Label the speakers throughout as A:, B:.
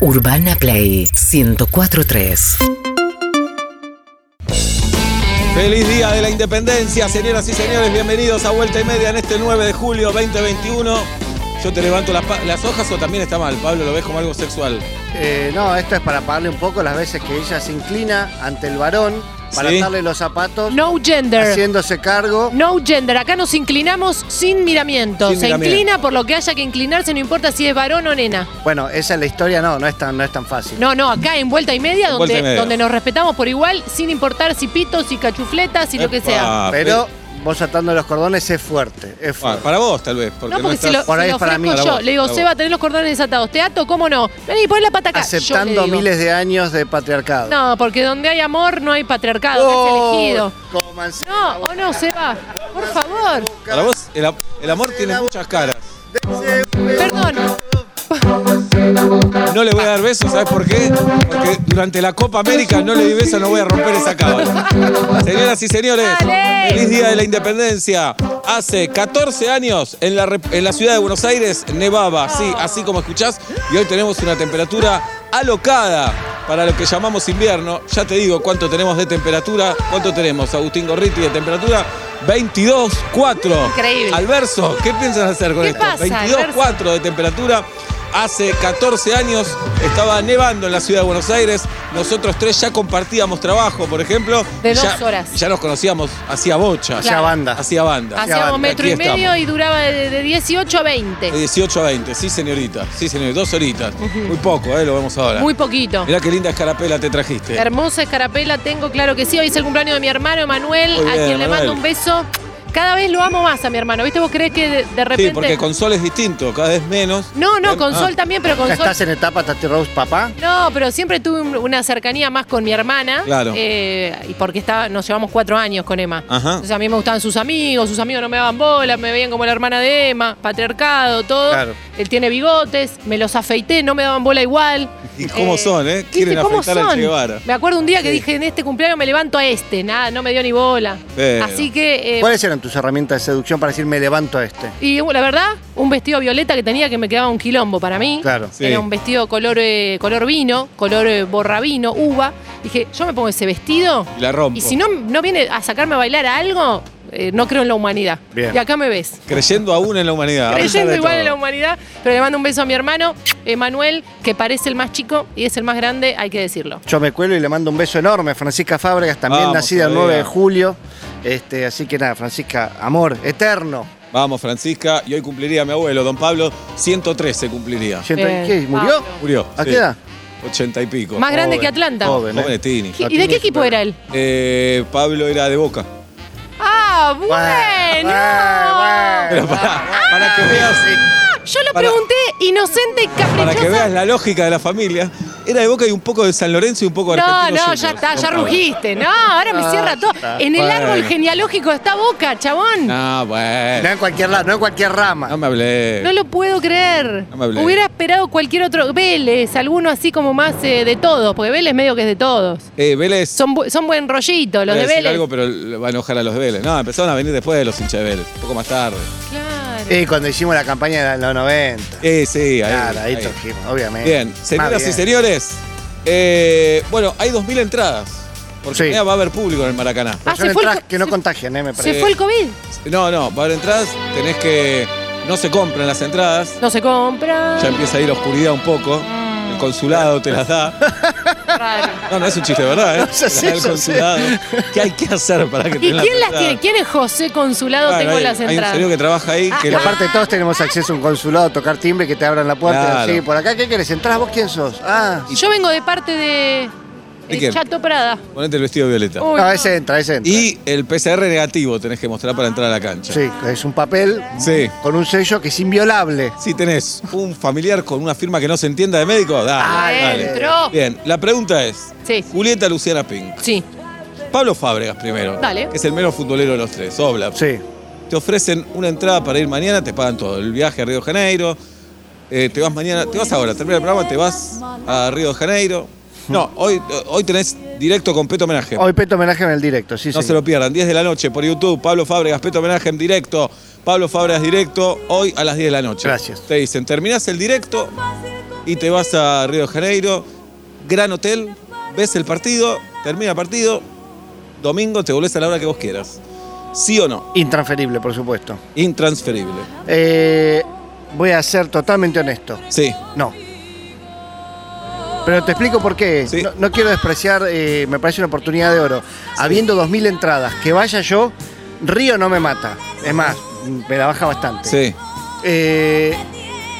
A: Urbana Play 1043.
B: Feliz día de la independencia, señoras y señores, bienvenidos a Vuelta y Media en este 9 de julio 2021. Yo te levanto las, pa- las hojas o también está mal, Pablo, lo ves como algo sexual.
C: Eh, no, esto es para pagarle un poco las veces que ella se inclina ante el varón para
B: Sí.
C: darle los zapatos,
D: No gender.
C: haciéndose cargo.
D: No gender. Acá nos inclinamos sin miramiento.
B: Sin
D: Se
B: miramiento.
D: inclina por lo que haya que inclinarse, no importa si es varón o nena.
C: Bueno, esa es la historia, no, no es tan, no es tan fácil.
D: No, no, acá en vuelta y media,
B: En
D: donde,
B: Vuelta y Media.
D: donde nos respetamos por igual, sin importar si pitos, si cachufletas, si lo que
B: Epa,
D: sea.
C: Pero vos atando los cordones es fuerte, es
B: Ah,
C: fuerte.
B: para vos tal vez, porque
D: No,
B: no,
D: porque
B: estás...
D: se lo,
C: Por
D: se
C: ahí
D: lo
C: es para mí.
D: ofrezco
B: Para
D: yo.
B: vos,
D: Le digo,
B: para
D: Seba,
B: vos.
D: tenés los cordones desatados. ¿Te ato? ¿Cómo no? Vení, pon la pata acá. Yo le
C: Aceptando
D: digo.
C: miles de años de patriarcado.
D: No, porque donde hay amor no hay patriarcado.
C: Oh,
D: Es elegido.
C: cómanse
D: No, o no, Seba. Por favor.
C: la
B: Para
C: boca,
B: vos el, a- el amor tiene muchas caras.
C: dense un
D: Perdón.
B: No le voy a dar besos, ¿sabes por qué? Porque durante la Copa América no le di besos, no voy a romper esa cábala. Señoras y señores,
D: Dale.
B: feliz Día de la Independencia. Hace 14 años en la, rep- en la ciudad de Buenos Aires nevaba, sí, así como escuchás, y hoy tenemos una temperatura alocada para lo que llamamos invierno. Ya te digo cuánto tenemos de temperatura, cuánto tenemos, Agustín Gorriti, de temperatura 22,4.
D: Increíble.
B: Alverso, ¿qué piensan hacer con
D: ¿Qué
B: esto?
D: pasa,
B: 22,4.
D: Alverso?
B: 4 de temperatura. Hace 14 años estaba nevando en la ciudad de Buenos Aires. Nosotros tres ya compartíamos trabajo, por ejemplo.
D: De dos
B: ya,
D: horas.
B: Ya nos conocíamos, hacía bocha,
C: Hacía banda.
B: hacía banda.
C: Hacía
D: Hacíamos
C: banda,
D: metro
B: aquí
D: y medio
B: estamos.
D: y duraba de, de 18 a 20.
B: De 18 a 20, sí señorita, sí señor, dos horitas. Muy poco, eh, lo vemos ahora.
D: Muy poquito.
B: Mirá qué linda escarapela te trajiste.
D: Hermosa escarapela tengo, claro que sí. Hoy es el cumpleaños de mi hermano Emanuel,
B: Muy
D: a
B: bien,
D: quien le
B: Emanuel.
D: mando un beso. Cada vez lo amo más a mi hermano. ¿Viste? ¿Vos crees que de, de repente.?
B: Sí, porque con sol es distinto, cada vez menos.
D: No, no, con
B: Ah.
D: Sol también, pero con
C: ¿Ya
D: Sol.
C: estás en etapa Tati Rose papá?
D: No, pero siempre tuve un- una cercanía más con mi hermana.
B: Claro.
D: eh, y porque estaba, nos llevamos cuatro años con Emma.
B: Ajá.
D: Entonces a mí me gustaban sus amigos, sus amigos no me daban bola, me veían como la hermana de Emma, patriarcado, todo.
C: Claro.
D: Él tiene bigotes, me los afeité, no me daban bola igual.
B: ¿Y cómo son, eh?
D: ¿viste
B: Quieren
D: cómo
B: afectar al
D: son?
B: Che Guevara.
D: Me acuerdo un día que
B: Sí.
D: dije, en este cumpleaños me levanto a este, nada, no me dio ni bola.
B: Pero.
D: Así que... eh,
C: ¿Cuáles eran tus herramientas de seducción para decir me levanto a este?
D: y uh, la verdad, un vestido violeta que tenía que me quedaba un quilombo para mí.
C: Claro.
B: Sí.
D: Era un vestido color, eh, color vino, color eh, borravino, uva. Dije, yo me pongo ese vestido
B: Ah, Y la rompo.
D: y si no, no viene a sacarme a bailar a algo, eh, no creo en la humanidad.
C: Bien.
D: Y acá me ves.
B: Creyendo aún en la humanidad. a pesar
D: Creyendo
B: de
D: igual
B: todo.
D: en la humanidad, pero le mando un beso a mi hermano, Emanuel, que parece el más chico y es el más grande, hay que decirlo.
C: Yo me cuelo y le mando un beso enorme a Francisca Fábregas, también
B: Vamos,
C: nacida el
B: todavía.
C: 9 de julio. Este, así que nada, Francisca, amor eterno.
B: Vamos, Francisca. Y hoy cumpliría mi abuelo, don Pablo. 113 cumpliría.
C: Siento-
D: Bien,
C: ¿Qué? ¿Murió?
D: Pablo.
B: Murió.
C: ¿A
B: sí.
C: qué edad?
B: 80 y pico.
D: Más grande que Atlanta.
C: joven, ¿eh?
B: Joven Tini.
D: ¿Y de qué equipo era él?
B: Eh, Pablo era de Boca.
D: Ah, bueno.
B: Pero para, para que veas,
D: Yo lo
B: Para-
D: pregunté, inocente y caprichosa.
B: para que veas la lógica de la familia, era de Boca y un poco de San Lorenzo y un poco de
D: no,
B: Argentino
D: no,
B: Juniors.
D: ya está, ya
B: Por favor.
D: rugiste. No, ahora me
C: No,
D: cierra
C: ya
D: todo.
C: está.
D: En el
B: Ah, Bueno. Ah,
D: árbol genealógico está Boca, chabón. No,
B: No,
C: No
B: bueno.
C: en cualquier lado, no en cualquier rama.
B: No me hablé.
D: lo puedo creer.
B: No me hablé.
D: Hubiera esperado cualquier otro. Vélez, alguno así como más eh, de todos, porque Vélez medio que es de todos.
B: Eh, Vélez.
D: Son, bu- son buen rollito,
B: iba
D: los
B: a
D: de
B: decir
D: Vélez.
B: algo, pero le va a enojar a los de Vélez. No, empezaron a venir después de los hinchas de Vélez, un poco más tarde.
D: Claro.
C: Y cuando hicimos la campaña de los 90.
B: Eh, sí, ahí.
C: claro, ahí,
B: ahí.
C: trajimos, obviamente.
B: Bien,
C: Más
B: señoras
C: bien.
B: y señores, eh, bueno, hay 2.000 entradas. Porque
C: Sí.
B: mañana va a haber público en el Maracaná.
D: Ah,
C: Pero son
D: se fue el
C: entradas
D: co-
C: que no
D: se-
C: contagian, ¿eh? Me
D: ¿Se
C: parece.
D: fue el COVID?
B: No, no, va a haber entradas, tenés que... No se compran las entradas,
D: No se compra.
B: ya empieza a ir la oscuridad un poco, el consulado te las da.
D: Raro.
B: No, no es un chiste, ¿verdad? eh?
C: No sé,
B: Te las da el
C: yo sé.
B: consulado. ¿Qué hay que hacer para que te
D: ¿Y
B: den
D: quién las
B: entradas?
D: tiene? ¿Quién es José Consulado?
B: Bueno,
D: Tengo
B: hay-
D: las
B: Hay un
D: entradas.
B: señor que trabaja ahí que
C: Y aparte todos tenemos acceso a un consulado, tocar timbre, que te abran la puerta.
B: Claro.
C: Sí, por acá, ¿qué querés? ¿Entrás vos quién sos? Ah,
D: Yo vengo de parte de,
B: ¿De
D: de
B: quién?
D: Chato Prada.
B: Ponete el vestido violeta.
D: Uy,
C: no,
D: no.
C: ese entra, ese entra.
B: Y el PCR negativo tenés que mostrar para entrar a la cancha.
C: Sí, es un papel
B: Sí.
C: con un sello que es inviolable.
B: Si tenés un familiar con una firma que no se entienda de médico, dale. dale.
D: Adentro.
B: Bien, la pregunta es:
D: Sí.
B: Julieta Luciana Pink,
D: Sí.
B: Pablo Fábregas primero,
D: Dale.
B: que es el menos futbolero de los tres, Obla.
C: Sí.
B: Te ofrecen una entrada para ir mañana, te pagan todo, el viaje a Río de Janeiro, eh, te vas mañana, te vas ahora, termina el programa, te vas a Río de Janeiro. No, hoy, hoy tenés directo con Peto Homenaje.
C: Hoy peto homenaje en el directo, sí,
B: No
C: sí.
B: se lo pierdan, 10 de la noche por YouTube, Pablo Fábregas, Peto Homenaje en directo, Pablo Fábregas directo, hoy a las 10 de la noche.
C: Gracias.
B: Te dicen, terminás el directo, y te vas a Río de Janeiro, gran hotel, ves el partido, termina el partido, domingo te volvés a la hora que vos quieras. ¿Sí o no?
C: Intransferible, por supuesto.
B: Intransferible.
C: Eh, voy a ser totalmente honesto.
B: Sí.
C: No. Pero te explico por qué.
B: Sí.
C: No, no quiero despreciar, eh, me parece una oportunidad de oro. Habiendo 2.000 entradas, que vaya yo, Río no me mata. Es más, me la baja bastante.
B: Sí.
C: Eh,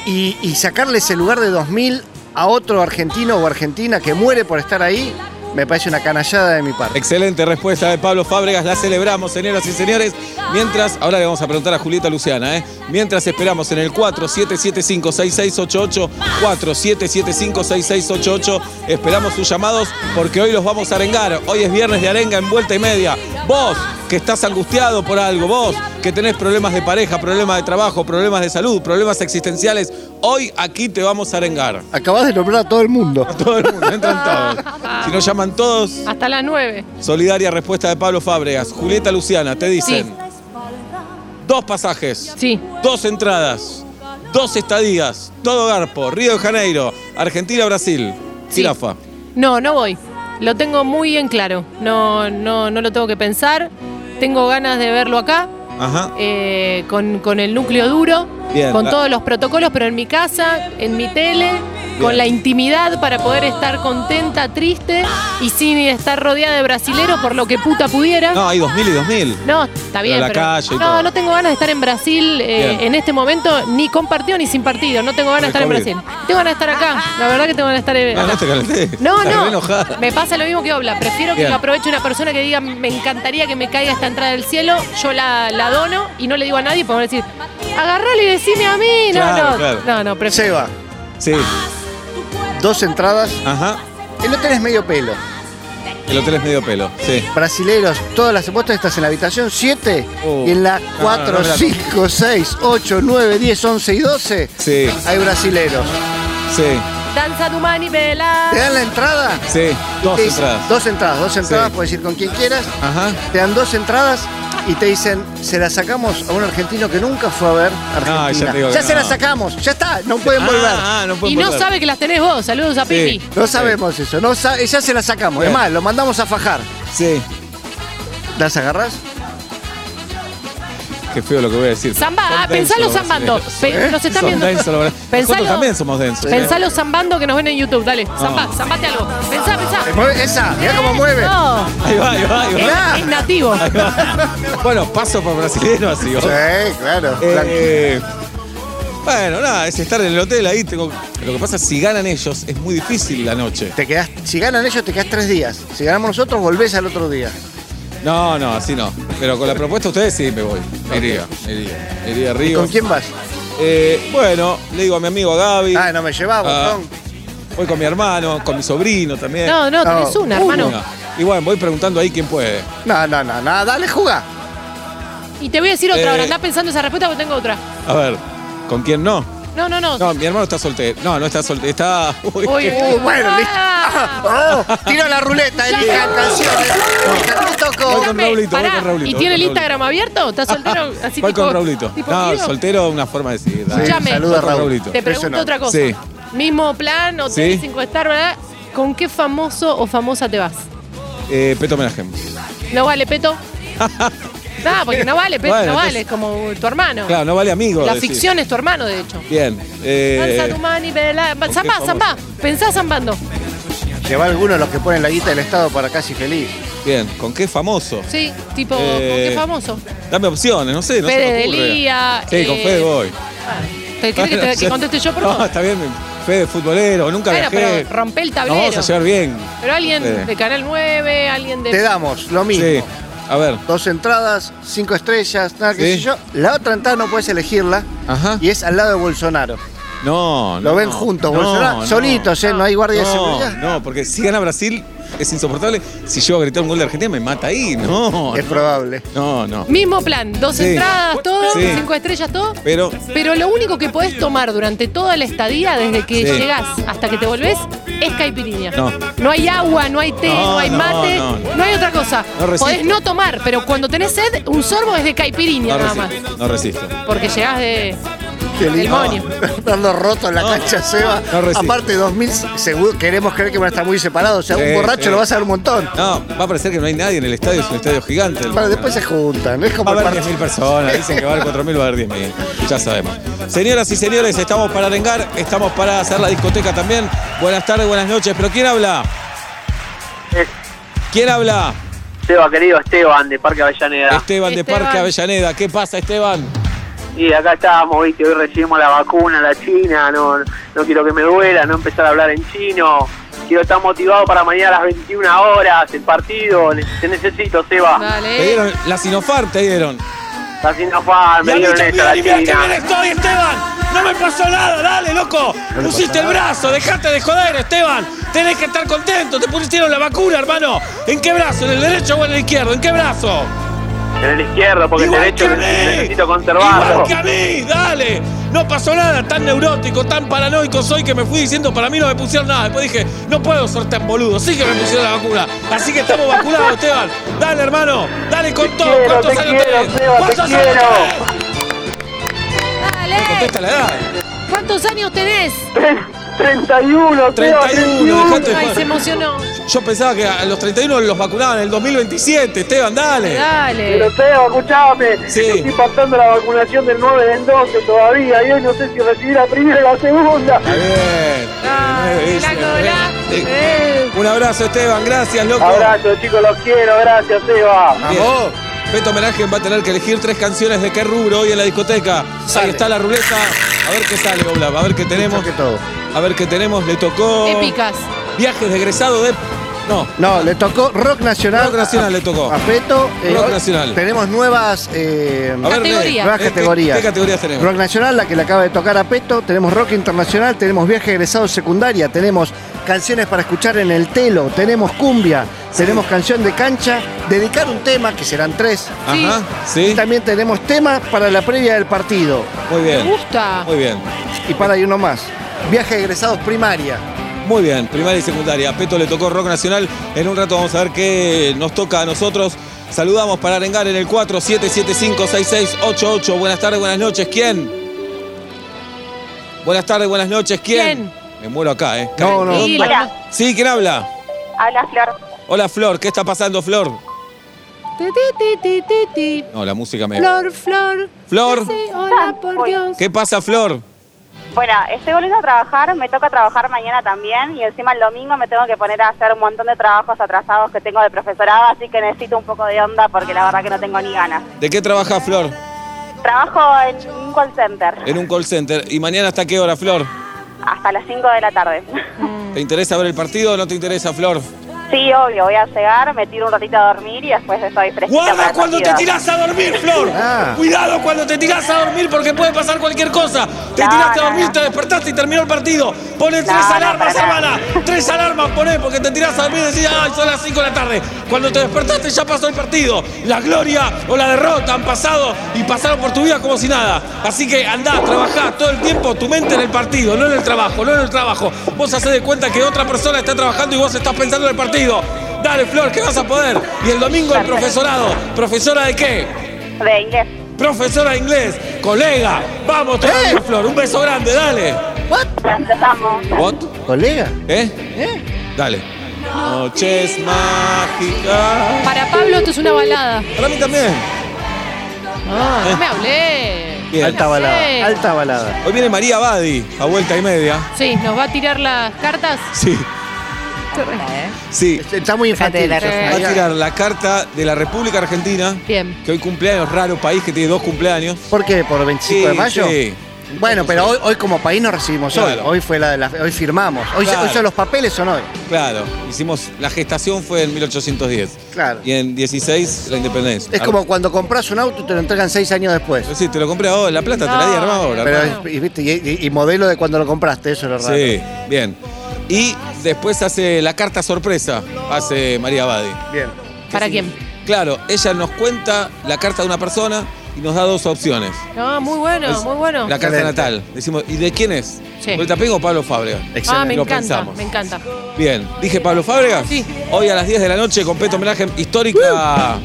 C: y, y sacarle ese lugar de 2.000 a otro argentino o argentina que muere por estar ahí, me parece una canallada de mi
B: Eh,
C: parte.
B: Excelente respuesta de Pablo Fábregas, la celebramos, señoras y señores. Mientras, ahora le vamos a preguntar a Julieta Luciana, ¿eh? Mientras esperamos en el 4775-6688, 4775-6688, esperamos sus llamados porque hoy los vamos a arengar. Hoy es viernes de arenga en vuelta y media. Vos, que estás angustiado por algo, vos, que tenés problemas de pareja, problemas de trabajo, problemas de salud, problemas existenciales, hoy aquí te vamos a arengar.
C: Acabas de nombrar a todo el mundo.
B: Todo el mundo, entran todos. Si nos llaman todos,
D: Hasta las 9.
B: Solidaria respuesta de Pablo Fábregas. Julieta Luciana, te dicen dos pasajes,
D: Sí.
B: dos entradas, dos estadías, todo Garpo, Río de Janeiro, Argentina, Brasil.
D: Sí.
B: Jirafa.
D: No, no voy. Lo tengo muy en claro. No, no, no lo tengo que pensar. Tengo ganas de verlo acá,
B: Ajá.
D: eh, con, con el núcleo duro,
B: Bien,
D: con
B: la-
D: todos los protocolos, pero en mi casa, en mi tele, con
B: Bien.
D: la intimidad para poder estar contenta, triste y sin estar rodeada de brasileros por lo que puta pudiera.
B: No, hay 2000 y 2000.
D: No, está bien.
B: la calle y
D: no,
B: todo.
D: no tengo ganas de estar en Brasil eh,
B: Bien.
D: en este momento, ni con partido ni sin partido. No tengo ganas de estar en
B: Recorrido.
D: Brasil. Tengo ganas de estar acá. La verdad que tengo ganas de estar eh,
B: No, Ah, no
D: acá.
B: te calenté.
D: No,
B: Estás
D: no.
B: re enojada.
D: Me pasa lo mismo que Obla. Prefiero que
B: Bien.
D: lo aproveche una persona que diga, me encantaría que me caiga esta entrada del cielo. Yo la, la dono y no le digo a nadie. Podemos decir, agarrala y decime a mí. No,
B: Claro,
D: no.
B: claro.
D: No, no, prefiero.
C: Seba,
B: Sí.
C: dos entradas.
B: Ajá.
C: El hotel es medio pelo.
B: El hotel es medio pelo. Sí.
C: Brasileros, todas las apuestas estás en la habitación 7
B: Oh.
C: y en la
B: No,
C: 4,
B: no me la-
C: 5, 6, 8, 9, 10, 11 y 12
B: Sí.
C: hay brasileros.
B: Sí. Eh,
D: Danza tu mani, vela.
C: Te dan la entrada.
B: Sí. Dos
C: te dicen-
B: entradas.
C: Dos entradas, dos entradas,
B: Sí.
C: puedes ir con quien quieras.
B: Ajá.
C: Te dan dos entradas y te dicen, se la sacamos a un argentino que nunca fue a ver Argentina.
B: Ah, ya te digo que
C: se la
B: no.
C: sacamos, ya está, no pueden volver.
B: Ah, ah, no pueden
D: Y no
B: volver.
D: sabe que las tenés vos. Saludos a
B: Sí.
D: Pipi.
C: No sabemos eso, no sa- ya se la sacamos.
B: Bien.
C: Es más, lo mandamos a fajar.
B: Sí.
C: ¿Las agarras?
B: Qué feo lo que voy a decir.
D: Zamba,
B: Son
D: ah, pensalo
B: densos los
D: zambando.
B: brasileños.
D: Pe- Nos están
B: Son
D: viendo.
B: densos los brasileños. Nosotros también somos Ah. densos.
D: Pensalo zambando que nos ven en YouTube. Dale, zamba, zambate algo. Pensá, pensá.
B: Eh,
C: ¿Te mueve? Esa, mira cómo mueve.
D: No,
B: Ahí va, ahí va, ahí va.
D: es, es nativo.
B: Bueno, paso por brasileño así. ¿o?
C: Sí, claro.
B: Eh, bueno, nada, es estar en el hotel ahí. Tengo... Lo que pasa es si ganan ellos, es muy difícil la noche.
C: Te quedás, si ganan ellos, te quedas tres días. Si ganamos nosotros, volvés al otro día.
B: No, no, así no. Pero con la propuesta de ustedes sí me voy. Me iría, me iría. Me iría a
C: ¿Y
B: Río.
C: con quién vas?
B: Eh, bueno, le digo a mi amigo a Gaby.
C: Ah, no me llevaba,
B: Ah,
C: botón.
B: Voy con mi hermano, con mi sobrino también.
D: No, no,
C: No.
D: tenés una,
B: Uno.
D: hermano.
B: Y bueno, voy preguntando ahí quién puede.
C: No, no, no, no, dale, jugá.
D: Y te voy a decir otra,
B: Eh.
D: ahora andá pensando esa respuesta porque tengo otra.
B: A ver, ¿con quién no?
D: No, no, no.
B: No, mi hermano está soltero. No, no está soltero. Está. Uy,
D: Uy,
B: qué-
D: uy,
C: Uh, bueno, listo.
D: Ah.
C: Oh, tiro la ruleta, elijan canciones. ¿Qué
B: Voy
C: tocó?
B: con Raulito, voy
D: Pará,
B: con Raulito,
D: ¿Y
B: voy
D: tiene
B: con
D: el
B: Raulito.
D: Instagram abierto? ¿Estás soltero? Así
B: Voy
D: tipo-
B: con Raulito.
D: tipo
B: No,
D: Guido.
B: soltero es una forma de decir. dale.
D: Escuchame.
C: Saluda
B: Voy
C: a
B: con
C: Raúl.
B: Raulito.
D: Te
C: Eso
D: pregunto
C: no.
D: otra cosa.
B: Sí.
D: Mismo plan, hotel
B: Sí.
D: 5 star, ¿verdad? ¿Con qué famoso o famosa te vas?
B: Eh, Peto homenaje.
D: ¿No vale, Peto? No, porque no vale, Peto,
B: Bueno,
D: no vale,
B: entonces-
D: es como tu hermano.
B: Claro, no vale amigo.
D: La
B: decís.
D: ficción es tu hermano, de hecho.
B: Bien. eh,
D: Danza tu mani, vela.
B: qué
D: Zambá,
B: famoso?
D: zambá. Pensá zambando.
C: Lleva alguno de los que ponen la guita del Estado para casi feliz.
B: bien. ¿Con qué famoso?
D: Sí, tipo, ¿con
B: Eh,
D: qué famoso?
B: Dame opciones, no sé. No
D: Fede
B: se me ocurre.
D: Delía,
B: Sí, con
D: eh,
B: Fede voy.
D: ¿Te querés que, te- que conteste yo, por
B: No,
D: favor?
B: está bien. Fede futbolero, nunca
D: Bueno,
B: viajé.
D: pero rompe el
B: Nos vamos a
D: tablero.
B: llevar bien.
D: Pero alguien
B: Fede.
D: de Canal 9, alguien de...
C: Te damos lo mismo.
B: Sí. A ver.
C: Dos entradas, cinco estrellas, nada que
B: Sí.
C: sé yo. La otra entrada no puedes elegirla
B: Ajá.
C: y es al lado de Bolsonaro.
B: No, no.
C: Lo ven juntos,
B: no,
C: Bolsonaro.
B: no.
C: Solitos, ¿eh? No hay guardia de
B: No,
C: seguridad.
B: no, porque si gana Brasil es insoportable. Si yo a gritar un gol de Argentina me mata ahí. No.
C: es
B: no.
C: probable.
B: No, no.
D: Mismo plan, dos
B: Sí.
D: entradas, todo,
B: Sí.
D: cinco estrellas, todo.
B: Pero
D: Pero lo único que podés tomar durante toda la estadía, desde que
B: Sí.
D: llegás hasta que te volvés, es caipirinha.
B: No.
D: hay agua, no hay té,
B: No,
D: no, hay
B: no,
D: mate,
B: no,
D: no,
B: no.
D: hay otra cosa.
B: No resisto.
D: podés no tomar, pero cuando tenés sed, un sorbo es de caipirinha
B: no
D: nada más.
B: resisto. No resisto.
D: Porque llegás de...
C: Qué
D: El
C: lindo.
D: moño.
C: Dando roto en la cancha, Seba.
B: no resiste.
C: Aparte, 2000, seguro, queremos creer que van a estar muy separados. O sea,
B: Sí,
C: un borracho
B: sí.
C: lo va a hacer un montón.
B: No, va a parecer que no hay nadie en el estadio, es un estadio gigante.
C: Pero después se juntan. Es
B: Va
C: como
B: a
C: el
B: haber
C: partido.
B: 10.000 personas, dicen que va a haber 4.000, va a haber 10.000. Ya sabemos. Señoras y señores, estamos para arengar, estamos para hacer la discoteca también. Buenas tardes, buenas noches, pero ¿quién habla?
E: Es
B: ¿Quién habla?
E: Seba, querido Esteban, de Parque Avellaneda.
B: Esteban de
D: Esteban.
B: Parque Avellaneda. ¿Qué pasa, Esteban?
E: Y acá estábamos, viste, hoy recibimos la vacuna, la china, no, no quiero que me duela, no empezar a hablar en chino. Quiero estar motivado para mañana a las 21 horas, el partido. Ne- Te necesito, Seba.
B: Te
D: Dale.
B: dieron la Sinopharm, te dieron.
E: Está haciendo fan, me
B: Y a mí
E: dieron
B: también,
E: esta, la
B: y mirá qué bien
E: china.
B: estoy, Esteban. No me pasó nada, dale, loco. Pusiste el brazo, dejate de joder, Esteban. Tenés que estar contento, te pusieron la vacuna, hermano. ¿En qué brazo? ¿En el derecho o en el izquierdo? ¿En qué brazo?
E: En el izquierdo, porque el
B: Igual
E: derecho
B: que a mí.
E: necesito
B: Igual
E: conservarlo.
B: que a mí, dale. No pasó nada, tan neurótico, tan paranoico soy que me fui diciendo, para mí no me pusieron nada. Después dije, no puedo ser tan boludo, sí que me pusieron la vacuna. Así que estamos vacunados, Esteban. Dale, hermano, dale con todo.
E: quiero,
B: ¿Cuántos
E: te
B: años
E: quiero,
B: tenés?
E: Seba, te
B: ¿Cuántos años
E: quiero.
B: tenés?
D: Dale.
B: Contesta la edad.
D: ¿Cuántos años tenés?
E: Tre- 31, Seba,
B: 31,
E: 31.
B: dejate de
D: Ay, se
B: joder.
D: emocionó.
B: Yo pensaba que a los 31 los vacunaban en el 2027, Esteban, dale.
E: Pero
D: Dale.
E: Seba, escuchame,
B: Sí.
E: yo estoy pasando la vacunación del 9 del 12 todavía y hoy no sé si recibir la primera o la segunda.
B: Está bien.
D: Ay, la cola.
B: Sí.
D: Eh.
B: Un abrazo, Esteban, gracias, loco.
E: Abrazo, chicos, los quiero. Gracias, Seba.
B: Bien.
C: Vamos.
B: Beto Homenaje va a tener que elegir tres canciones de qué rubro hoy en la discoteca. Ahí
C: Sale.
B: está la ruleta. A ver qué sale, Oblab. A ver qué tenemos.
C: Mucho que todo.
B: A ver qué tenemos. Le tocó.
D: Épicas.
B: Viajes de egresado de. No.
C: No, le tocó rock nacional.
B: Rock nacional le tocó.
C: A Feto. eh,
B: Rock nacional.
C: Tenemos nuevas. eh,
B: A ver,
D: Categoría.
B: Nere,
C: Nuevas
B: ¿qué-
C: categorías.
B: ¿Qué, categorías tenemos?
C: Rock Nacional, la que le acaba de tocar a Peto. Tenemos rock internacional, tenemos viaje egresado secundaria, tenemos canciones para escuchar en el telo, tenemos cumbia, tenemos canción de cancha, dedicar un tema, que serán tres.
D: Sí.
B: Ajá.
C: Y
B: Sí.
C: también tenemos temas para la previa del partido.
B: Muy
D: Me
B: bien.
D: gusta.
B: Muy bien.
C: Y para hay uno más. Viaje egresados primaria.
B: Muy bien, primaria y secundaria. A Peto le tocó rock nacional. En un rato vamos a ver qué nos toca a nosotros. Saludamos para arengar en el 47756688. Buenas tardes, buenas noches. ¿Quién? Buenas tardes, buenas noches. ¿Quién?
D: ¿Quién?
B: Me muero acá, ¿eh?
C: No, no.
D: Y
F: Hola.
D: lo-
B: Sí, ¿quién habla?
F: Habla Flor.
B: Hola, Flor. ¿Qué está pasando, Flor?
D: Ti, ti, ti, ti, ti, ti.
B: No, la música me...
D: Flor, flor.
B: Flor.
D: Sí, hola, por Dios.
B: ¿Qué pasa, Flor?
F: Bueno, estoy volviendo a trabajar, me toca trabajar mañana también y encima el domingo me tengo que poner a hacer un montón de trabajos atrasados que tengo de profesorado, así que necesito un poco de onda porque la verdad que no tengo ni ganas.
B: ¿De qué trabaja Flor?
F: Trabajo en un call center
B: En un call center. ¿Y mañana hasta qué hora, Flor?
F: hasta las 5 de la tarde.
B: ¿Te interesa ver el partido o no te interesa, Flor?
F: Sí, obvio, voy a llegar, me tiro un ratito a dormir y después estoy fresquita. para
B: Guarda
F: el
B: cuando te
F: partido.
B: tirás a dormir, Flor.
C: Ah.
B: Cuidado cuando te tirás a dormir porque puede pasar cualquier cosa. Te
F: No,
B: tiraste a
F: no,
B: dormir,
F: no.
B: te despertaste y terminó el partido. Poné tres
F: No, no,
B: alarmas,
F: para nada.
B: hermana. Tres alarmas poné porque te tirás a dormir y decís, ay, son las 5 de la tarde. Cuando te despertaste ya pasó el partido. La gloria o la derrota han pasado y pasaron por tu vida como si nada. Así que andá, trabajá todo el tiempo tu mente en el partido, no en el trabajo, no en el trabajo. Vos hacés de cuenta que otra persona está trabajando y vos estás pensando en el partido. Dale, Flor, que vas a poder. Y el domingo el
F: Perfecto.
B: profesorado. ¿Profesora de qué?
F: De inglés.
B: Profesora de inglés. Colega. Vamos todavía,
C: ¿Eh?
B: Flor. Un beso grande, dale.
F: Empezamos.
B: ¿What?
C: Colega.
B: ¿Eh?
C: ¿Eh?
B: Dale. Noches mágicas.
D: Para Pablo esto es una balada.
B: Para mí también.
D: Ah, no me hablé.
B: Bien.
C: Alta
D: Sí.
C: balada. Alta balada.
B: Hoy viene María Badi a vuelta y media.
D: Sí, nos va a tirar las cartas.
B: Sí, sí.
C: Está muy infantil.
G: Dejate de la
B: Va a
C: María.
B: tirar la carta de la República Argentina.
D: Bien.
B: Que hoy cumpleaños, raro país que tiene dos cumpleaños.
C: ¿Por qué? ¿Por 25 de
B: Sí,
C: mayo?
B: sí.
C: Bueno, pero hoy, hoy como país no recibimos hoy.
B: Claro.
C: Hoy fue la de la- hoy firmamos. Hoy,
B: Claro.
C: hoy son los papeles son hoy.
B: Claro, hicimos. La gestación fue en 1810.
C: Claro.
B: Y en 16, la independencia.
C: Es como cuando compras un auto y te lo entregan seis años después.
B: Sí, te lo compré ahora, la plata te la di armado ahora.
C: Pero,
B: hermano.
C: es- y, viste, y- y- y modelo de cuando lo compraste, eso era raro.
B: sí, bien. Y después hace la carta sorpresa, hace María Badi.
C: Bien.
D: ¿Para quién?
B: Claro, ella nos cuenta la carta de una persona y nos da dos opciones.
D: No, muy bueno,
B: Es
D: muy bueno. Ah,
B: La carta
C: Excelente.
B: natal. Decimos, ¿y de quién es?
D: Sí.
B: ¿Vuelta Pingo o Pablo Fábrega?
D: Ah, me
B: Lo
D: encanta,
B: pensamos.
D: me encanta.
B: Bien, dije Pablo Fábrega.
D: Sí.
B: Hoy a las 10 de la noche, completo homenaje histórica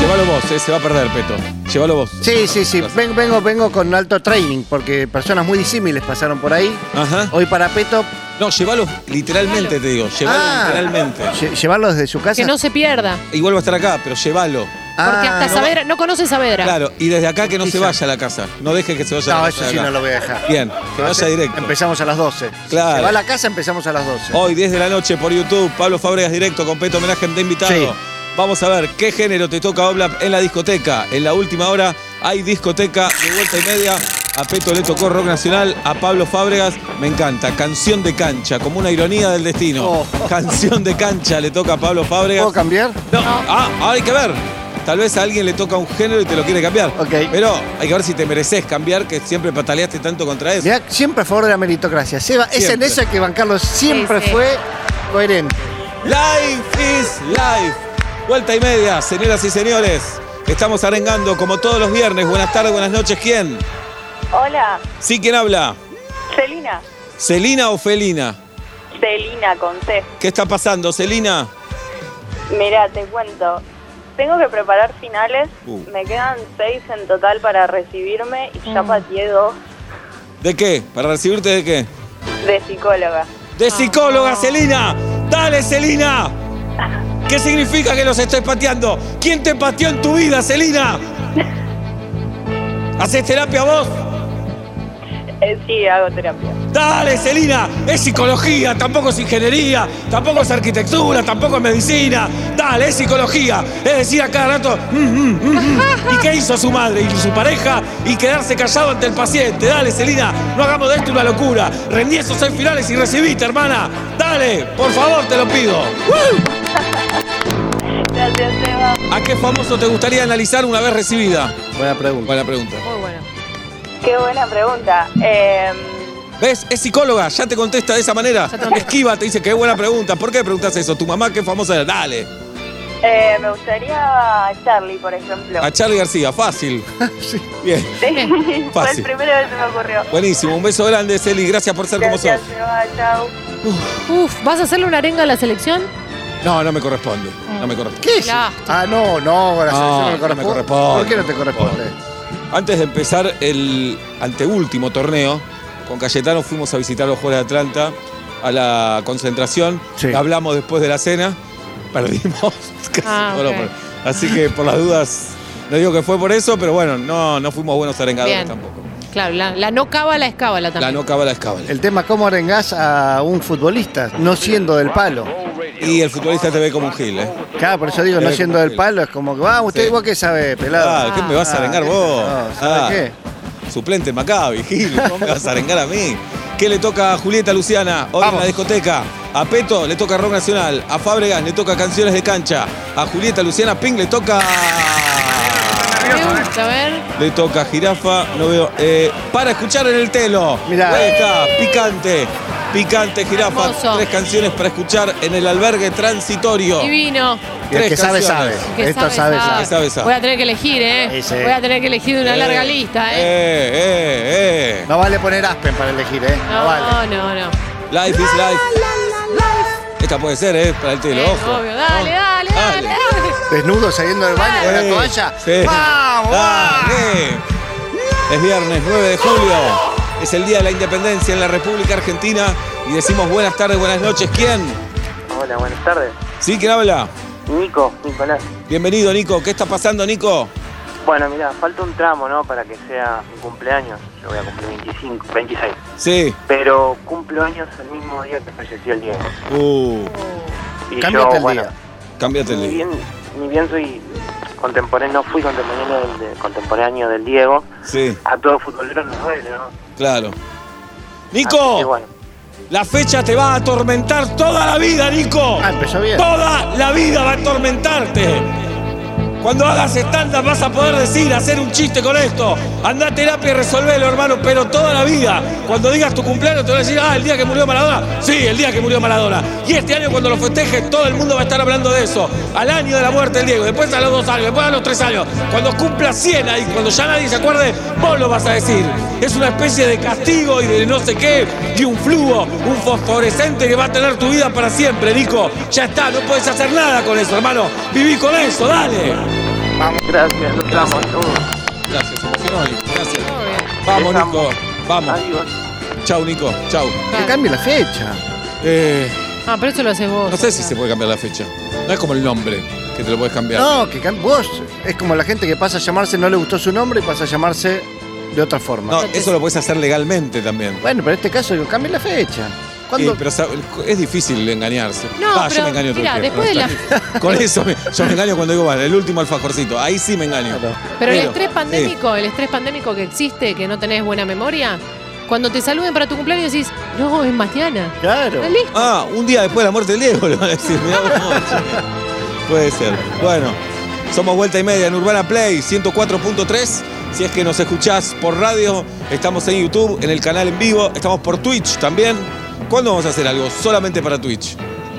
B: Llévalo vos, eh, se va a perder, Peto. Llévalo vos.
C: Uh. Sí, sí, sí. Ven- vengo, vengo con alto training porque personas muy disímiles pasaron por ahí.
B: Ajá.
C: Hoy para Peto,
B: No, llévalo literalmente, te digo. Llévalo
C: Ah.
B: literalmente.
C: lle- llevarlo desde su casa. Ah,
D: Que no se pierda.
B: Igual va a estar acá, pero llévalo.
D: Porque hasta
C: no,
D: Saavedra, Ah, no conoce Saavedra.
B: Claro, y desde acá que no se
C: Quizá.
B: vaya a la casa. No deje que se vaya a
C: No,
B: la
C: eso
B: casa. de
C: sí
B: acá.
C: no lo voy a dejar.
B: Bien, que vaya
C: Entonces,
B: directo.
C: Empezamos a las 12.
B: Claro.
C: Si se va a la casa, empezamos a las 12.
B: Hoy, 10 de la noche, por YouTube, Pablo Fábregas directo con Peto Homenaje de invitado.
C: Sí.
B: Vamos a ver qué género te toca Oblap en la discoteca. En la última hora hay discoteca de vuelta y media. A Peto le tocó rock nacional, a Pablo Fábregas me encanta. Canción de cancha, como una ironía del destino.
C: Oh.
B: Canción de cancha le toca a Pablo Fábregas.
C: ¿Puedo cambiar?
B: No. Ah, ahora hay que ver. Tal vez a alguien le toca un género y te lo quiere cambiar.
C: Ok.
B: Pero hay que ver si te mereces cambiar, que siempre pataleaste tanto contra eso.
C: Mirá, siempre a favor de la meritocracia. Seba, es en
B: Siempre.
C: eso que bancarlo siempre
D: Sí, sí.
C: fue coherente.
B: Life is life. Vuelta y media, señoras y señores. Estamos arengando como todos los viernes. Buenas tardes, buenas noches. ¿Quién?
F: Hola,
B: Sí, ¿quién habla?
F: Celina.
B: ¿Celina o Felina?
F: Celina, con C.
B: ¿Qué está pasando, Celina?
F: Mira, te cuento. Tengo que preparar finales.
B: Uh.
F: Me quedan seis en total para recibirme y ya pateé dos
B: ¿De qué? ¿Para recibirte de qué?
F: de psicóloga.
B: De psicóloga, Celina. Dale, Celina. ¿Qué significa que los estés pateando? ¿Quién te pateó en tu vida, Celina? ¿Haces terapia vos?
F: Eh, sí, hago terapia.
B: Dale, Celina, es psicología, tampoco es ingeniería, tampoco es arquitectura, tampoco es medicina. Dale, es psicología. Es decir, a cada rato, "Mm, mm, mm, mm". ¿y qué hizo su madre y su pareja? Y quedarse callado ante el paciente. Dale, Celina, no hagamos de esto una locura. Rendí esos seis finales y recibiste, hermana. Dale, por favor, te lo pido.
F: Gracias, Seba.
B: ¿A qué famoso te gustaría analizar una vez recibida?
C: Buena pregunta.
B: Buena pregunta.
D: Muy bueno.
F: Qué buena pregunta. Eh,
B: ¿Ves? Es psicóloga, ya te contesta de esa manera.
D: Ya te contesta.
B: Esquiva, te dice, qué buena pregunta. ¿Por qué preguntas eso? ¿Tu mamá qué famosa era? Dale.
F: eh, me gustaría a Charlie, por ejemplo.
B: A Charlie García, fácil. Bien,
F: Sí, Fue
B: Fácil.
F: el primero que se me ocurrió.
B: buenísimo. Un beso grande, Celi. Gracias por ser
F: Gracias,
B: como
F: Seba. Chau.
D: Uf, ¿vas a hacerle una arenga a la selección?
B: sos. No, no me corresponde. No me corresponde.
C: ¿Qué es?
D: Lástima.
C: Ah, no, no, la
B: No,
C: selección no,
B: no me
C: me corresponde.
B: corresponde.
C: ¿Por qué no te corresponde?
B: Antes de empezar el anteúltimo torneo, con Cayetano fuimos a visitar los Juegos de Atlanta a la concentración.
C: Sí.
B: Hablamos después de la cena. Perdimos. Casi.
D: Ah,
B: Bueno,
D: ok.
B: por- Así que por las dudas, no digo que fue por eso, pero bueno, no, no fuimos buenos arengadores
D: Bien.
B: tampoco.
D: Claro, la, la no cábala es cábala
B: La
D: también.
B: no cábala es cábala.
C: El tema cómo arengás a un futbolista, no siendo del palo.
B: Y el futbolista te ve como un gil, ¿eh?
C: Claro, por eso digo, no siendo del palo, es como que, ah, usted
B: Sí.
C: vos qué sabe, pelado.
B: Ah, ¿qué me vas a arengar vos?
C: No, ¿sabe
B: Ah.
C: qué?
B: Suplente en Maccabi, Gil, ¿cómo me vas a arengar a mí? ¿Qué le toca a Julieta Luciana hoy en
C: Vamos.
B: la discoteca? A Peto le toca rock nacional, a Fábregas le toca canciones de cancha, a Julieta Luciana Ping le toca...
D: Me gusta, a ver.
B: Le toca jirafa, no veo... eh, para escuchar en el telo.
C: Mirá.
B: Ahí está, picante, picante jirafa.
D: Hermoso.
B: Tres canciones para escuchar en el albergue transitorio.
D: Divino.
C: Y el
B: Tres
C: que sabe, sabe.
B: canciones.
D: Que
C: Esto sabe, sabe.
B: sabe. Sabe, sabe.
D: Ah, Voy a tener que elegir, ¿eh?
C: Sí, sí.
D: Voy a tener que elegir de una larga lista, ¿eh?
B: Eh, eh, eh.
C: No vale poner Aspen para elegir, ¿eh? No, vale.
D: No, no, no.
B: Life is life. Esta puede ser, ¿eh? Para el telo,
D: Eh,
B: ojo.
D: obvio. Dale, dale, dale,
B: Dale.
D: dale.
C: Desnudo saliendo del baño con la
B: Sí,
C: toalla.
B: sí. Ah.
C: ¡Vamos! vamos!
B: Dale. Es viernes 9 de julio. Es el día de la independencia en la República Argentina. Y decimos buenas tardes, buenas noches. ¿Quién?
E: Hola, buenas tardes.
B: ¿Sí? ¿Quién habla?
E: Nico, Nicolás.
B: Bienvenido, Nico. ¿Qué está pasando, Nico?
E: Bueno, mira, falta un tramo, ¿no? Para que sea mi cumpleaños. Yo voy a cumplir 25, 26.
B: Sí.
E: Pero cumplo años el mismo día que falleció el Diego.
B: Uh,
E: Y
C: Cámbiate el
E: bueno,
C: día.
B: cámbiate el
E: Ni
B: día.
E: bien, ni bien soy contemporáneo, no fui contemporáneo del, de- contemporáneo del Diego.
B: Sí,
E: A todo futbolero nos duele, ¿no?
B: claro.
E: Así que,
B: Nico,
E: bueno,
B: la fecha te va a atormentar toda la vida, Nico.
C: Ah, empezó bien.
B: Toda la vida va a atormentarte. Cuando hagas estándar vas a poder decir, hacer un chiste con esto. Andá a terapia y resolvelo, hermano, pero toda la vida. Cuando digas tu cumpleaños te van a decir, ah, el día que murió Maradona. Sí, el día que murió Maradona. Y este año cuando lo festejes todo el mundo va a estar hablando de eso. Al año de la muerte del Diego, después a los dos años, después a los tres años. Cuando cumpla 100 ahí, cuando ya nadie se acuerde, vos lo vas a decir. Es una especie de castigo y de no sé qué, y un flujo, un fosforescente que va a tener tu vida para siempre, Nico. Ya está, no puedes hacer nada con eso, hermano. Viví con eso, dale.
C: Vamos.
E: Gracias, los amo a todos.
B: Gracias, se emocionó Nico. Gracias.
D: Todo bien.
B: Vamos,
E: Les
B: Nico.
E: amo.
B: Vamos.
E: Adiós.
B: Chau, Nico. Chau.
C: Que cambie la fecha.
B: Eh,
D: Ah, pero eso lo haces vos.
B: no sé si se puede cambiar la fecha. No es como el nombre, que te lo puedes cambiar.
C: No, que cambie. Vos es como la gente que pasa a llamarse, no le gustó su nombre y pasa a llamarse de otra forma.
B: No, eso lo puedes hacer legalmente también.
C: Bueno, pero en este caso, digo, cambie la fecha. ¿Cuándo?
B: Eh, pero sabe- es difícil engañarse.
D: No,
B: Va,
D: pero
B: yo me engaño todo el
D: mirá,
B: tiempo.
D: después de
B: Está. Con eso me- yo me engaño cuando digo, vale, el último alfajorcito. Ahí sí me engaño.
C: Claro.
D: Pero el
B: Pero,
D: estrés
B: sí.
D: pandémico, el estrés pandémico que existe, que no tenés buena memoria, cuando te saluden para tu cumpleaños decís, no, es mañana.
C: Claro.
D: Dale.
B: Ah, un día después de la muerte de Diego, le van a decir. Mirá vos, che. Puede ser. Bueno, somos vuelta y media en Urbana Play 104.3. Si es que nos escuchás por radio, estamos en YouTube, en el canal en vivo, estamos por Twitch también. ¿Cuándo vamos a hacer algo? Solamente para Twitch.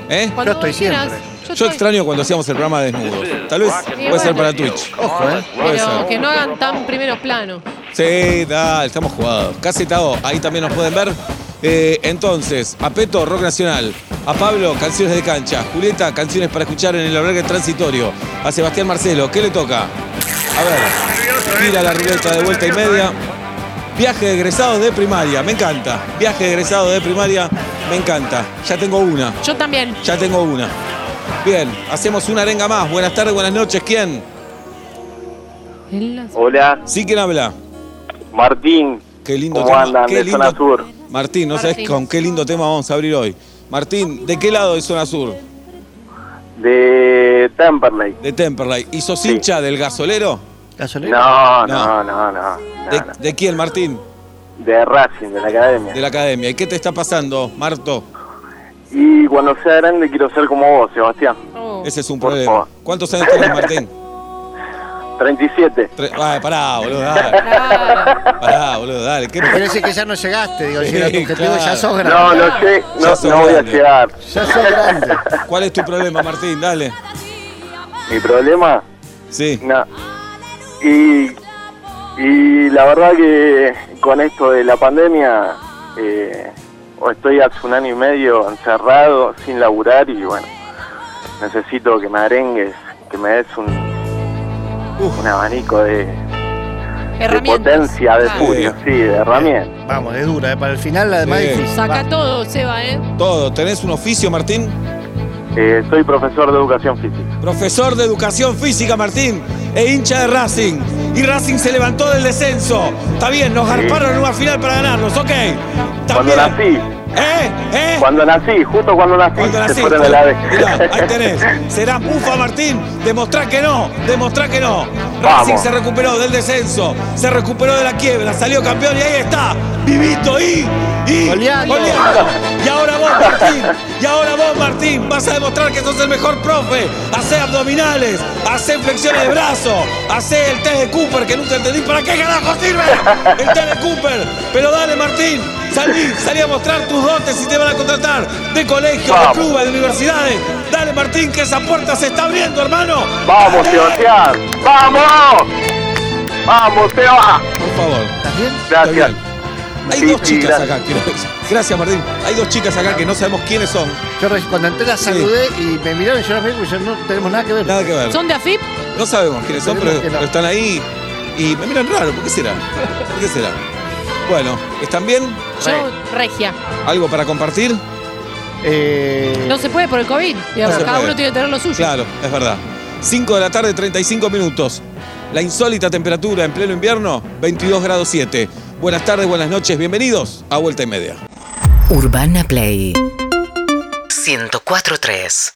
B: ¿Eh?
D: Cuando
C: estoy
D: vos quieras,
C: siempre.
D: Yo,
B: Yo
D: estoy.
B: extraño cuando hacíamos el programa desnudos. Tal vez puede ser para Twitch.
C: Ojo, ¿eh?
B: puede
D: Pero
B: ser.
D: que no hagan tan primeros planos.
B: Sí, dale, estamos jugados. Casi Tao, ahí también nos pueden ver. Eh, entonces, a Peto, rock nacional. A Pablo, canciones de cancha. Julieta, canciones para escuchar en el albergue transitorio. A Sebastián Marcelo, ¿qué le toca? A ver, mira la ruleta de vuelta y media. Viaje de egresados de primaria, me encanta. Viaje de egresados de primaria, me encanta. Ya tengo una,
D: Yo también.
B: ya tengo una. Bien, hacemos una arenga más. Buenas tardes, buenas noches. ¿Quién?
D: En las-
E: Hola,
B: Sí, ¿quién habla?
E: Martín.
B: Qué lindo
E: ¿Cómo
B: tema.
E: andan
B: qué
E: de
B: lindo-
E: zona sur?
B: Martín, no sabes
D: Martín.
B: con qué lindo tema vamos a abrir hoy. Martín, ¿de qué lado de Zona Sur?
E: De Temperley.
B: De Temperley. ¿Y sos
E: Sí.
B: hincha del gasolero?
C: ¿Gasolero?
E: No,
B: No.
E: no, no, no. no,
B: ¿De,
E: no.
B: de quién, Martín?
E: De Racing, de la academia.
B: De la academia. ¿Y qué te está pasando, Marto?
E: Y cuando sea grande quiero ser como vos, Sebastián.
D: Oh.
B: Ese es un
E: Por
B: problema.
E: favor.
B: ¿Cuántos años tenés, Martín?
E: 37.
B: Tre- Ah, pará, boludo, dale.
D: Claro.
B: Pará, boludo, dale. ¿Qué-
C: Quiere decir que ya no llegaste, digo, si era tu
B: Sí,
C: objetivo,
B: claro.
C: ya sos grande.
E: No, no, sé,
B: Ya
E: no,
B: sos
E: no voy a
B: grande.
E: llegar.
C: Ya sos grande.
B: ¿Cuál es tu problema, Martín? Dale.
E: Mi problema,
B: Sí.
E: no. Y, y la verdad que con esto de la pandemia, eh, o estoy hace un año y medio encerrado, sin laburar y bueno, necesito que me arengues, que me des un, un abanico de, de
D: Herramientas.
E: potencia,
B: Ah,
E: de
D: Claro.
E: furia, sí, de herramientas.
C: Vamos, es dura, ¿eh? para el final además
B: Sí.
C: es difícil.
D: Saca
C: Va.
D: todo, Seba, ¿eh?
B: Todo. ¿Tenés un oficio, Martín?
E: Eh, soy profesor de educación física.
B: Profesor de educación física, Martín, e hincha de Racing. Y Racing se levantó del descenso. Está bien, nos garparon en una final para ganarlos, ok.
E: Cuando
B: También.
E: nací,
B: ¿Eh? ¿Eh?
E: cuando nací, justo cuando nací,
B: Cuando
E: se
B: nací.
E: fueron de la vez.
B: Mirá, ahí tenés. Será Pufa Martín. Demostrá que no. Demostrá que no. Racing
E: Vamos.
B: se recuperó del descenso. Se recuperó de la quiebra. Salió campeón y ahí está. Vivito y. y
C: Goleando.
B: goleando. Y ahora vos, Martín. Y ahora vos, Martín. Vas a demostrar que sos el mejor profe. Hacé abdominales. Hacé flexiones de brazo. Hacé el test de Cooper que nunca entendí. ¿Para qué carajo sirve? El test de Cooper. Pero dale, Martín. Salí, salí a mostrar tus dotes y te van a contratar. De colegio, de
E: Vamos.
B: clubes, de universidades. Dale, Martín, que esa puerta se está abriendo, hermano.
E: ¡Vamos, Sebastián! ¡Vamos! ¡Vamos, Seba!
B: Por favor.
C: ¿Estás bien?
B: Está
E: Gracias.
B: bien. Hay
E: Sí,
B: dos
E: sí,
B: chicas
E: gracias.
B: acá, quiero decir. Gracias, Martín. Hay dos chicas acá que no sabemos quiénes son.
C: Yo reci- cuando entré la saludé y me miraron y yo la miré y yo no tenemos nada que ver.
B: Nada que ver.
D: ¿Son de AFIP?
B: No sabemos quiénes son, pero,
C: Esperemos que no.
B: pero están ahí y me miran raro. ¿Por qué será? ¿Por qué será? Bueno, ¿están bien?
D: Yo, regia.
B: ¿Algo para compartir?
C: Eh,
D: No se puede por el COVID. digamos,
B: se
D: cada
B: puede.
D: uno tiene que tener lo suyo.
B: Claro, es verdad. 5 de la tarde, 35 minutos. La insólita temperatura en pleno invierno, 22 grados 7. Buenas tardes, buenas noches, bienvenidos a Vuelta y Media.
A: Urbana Play 104.3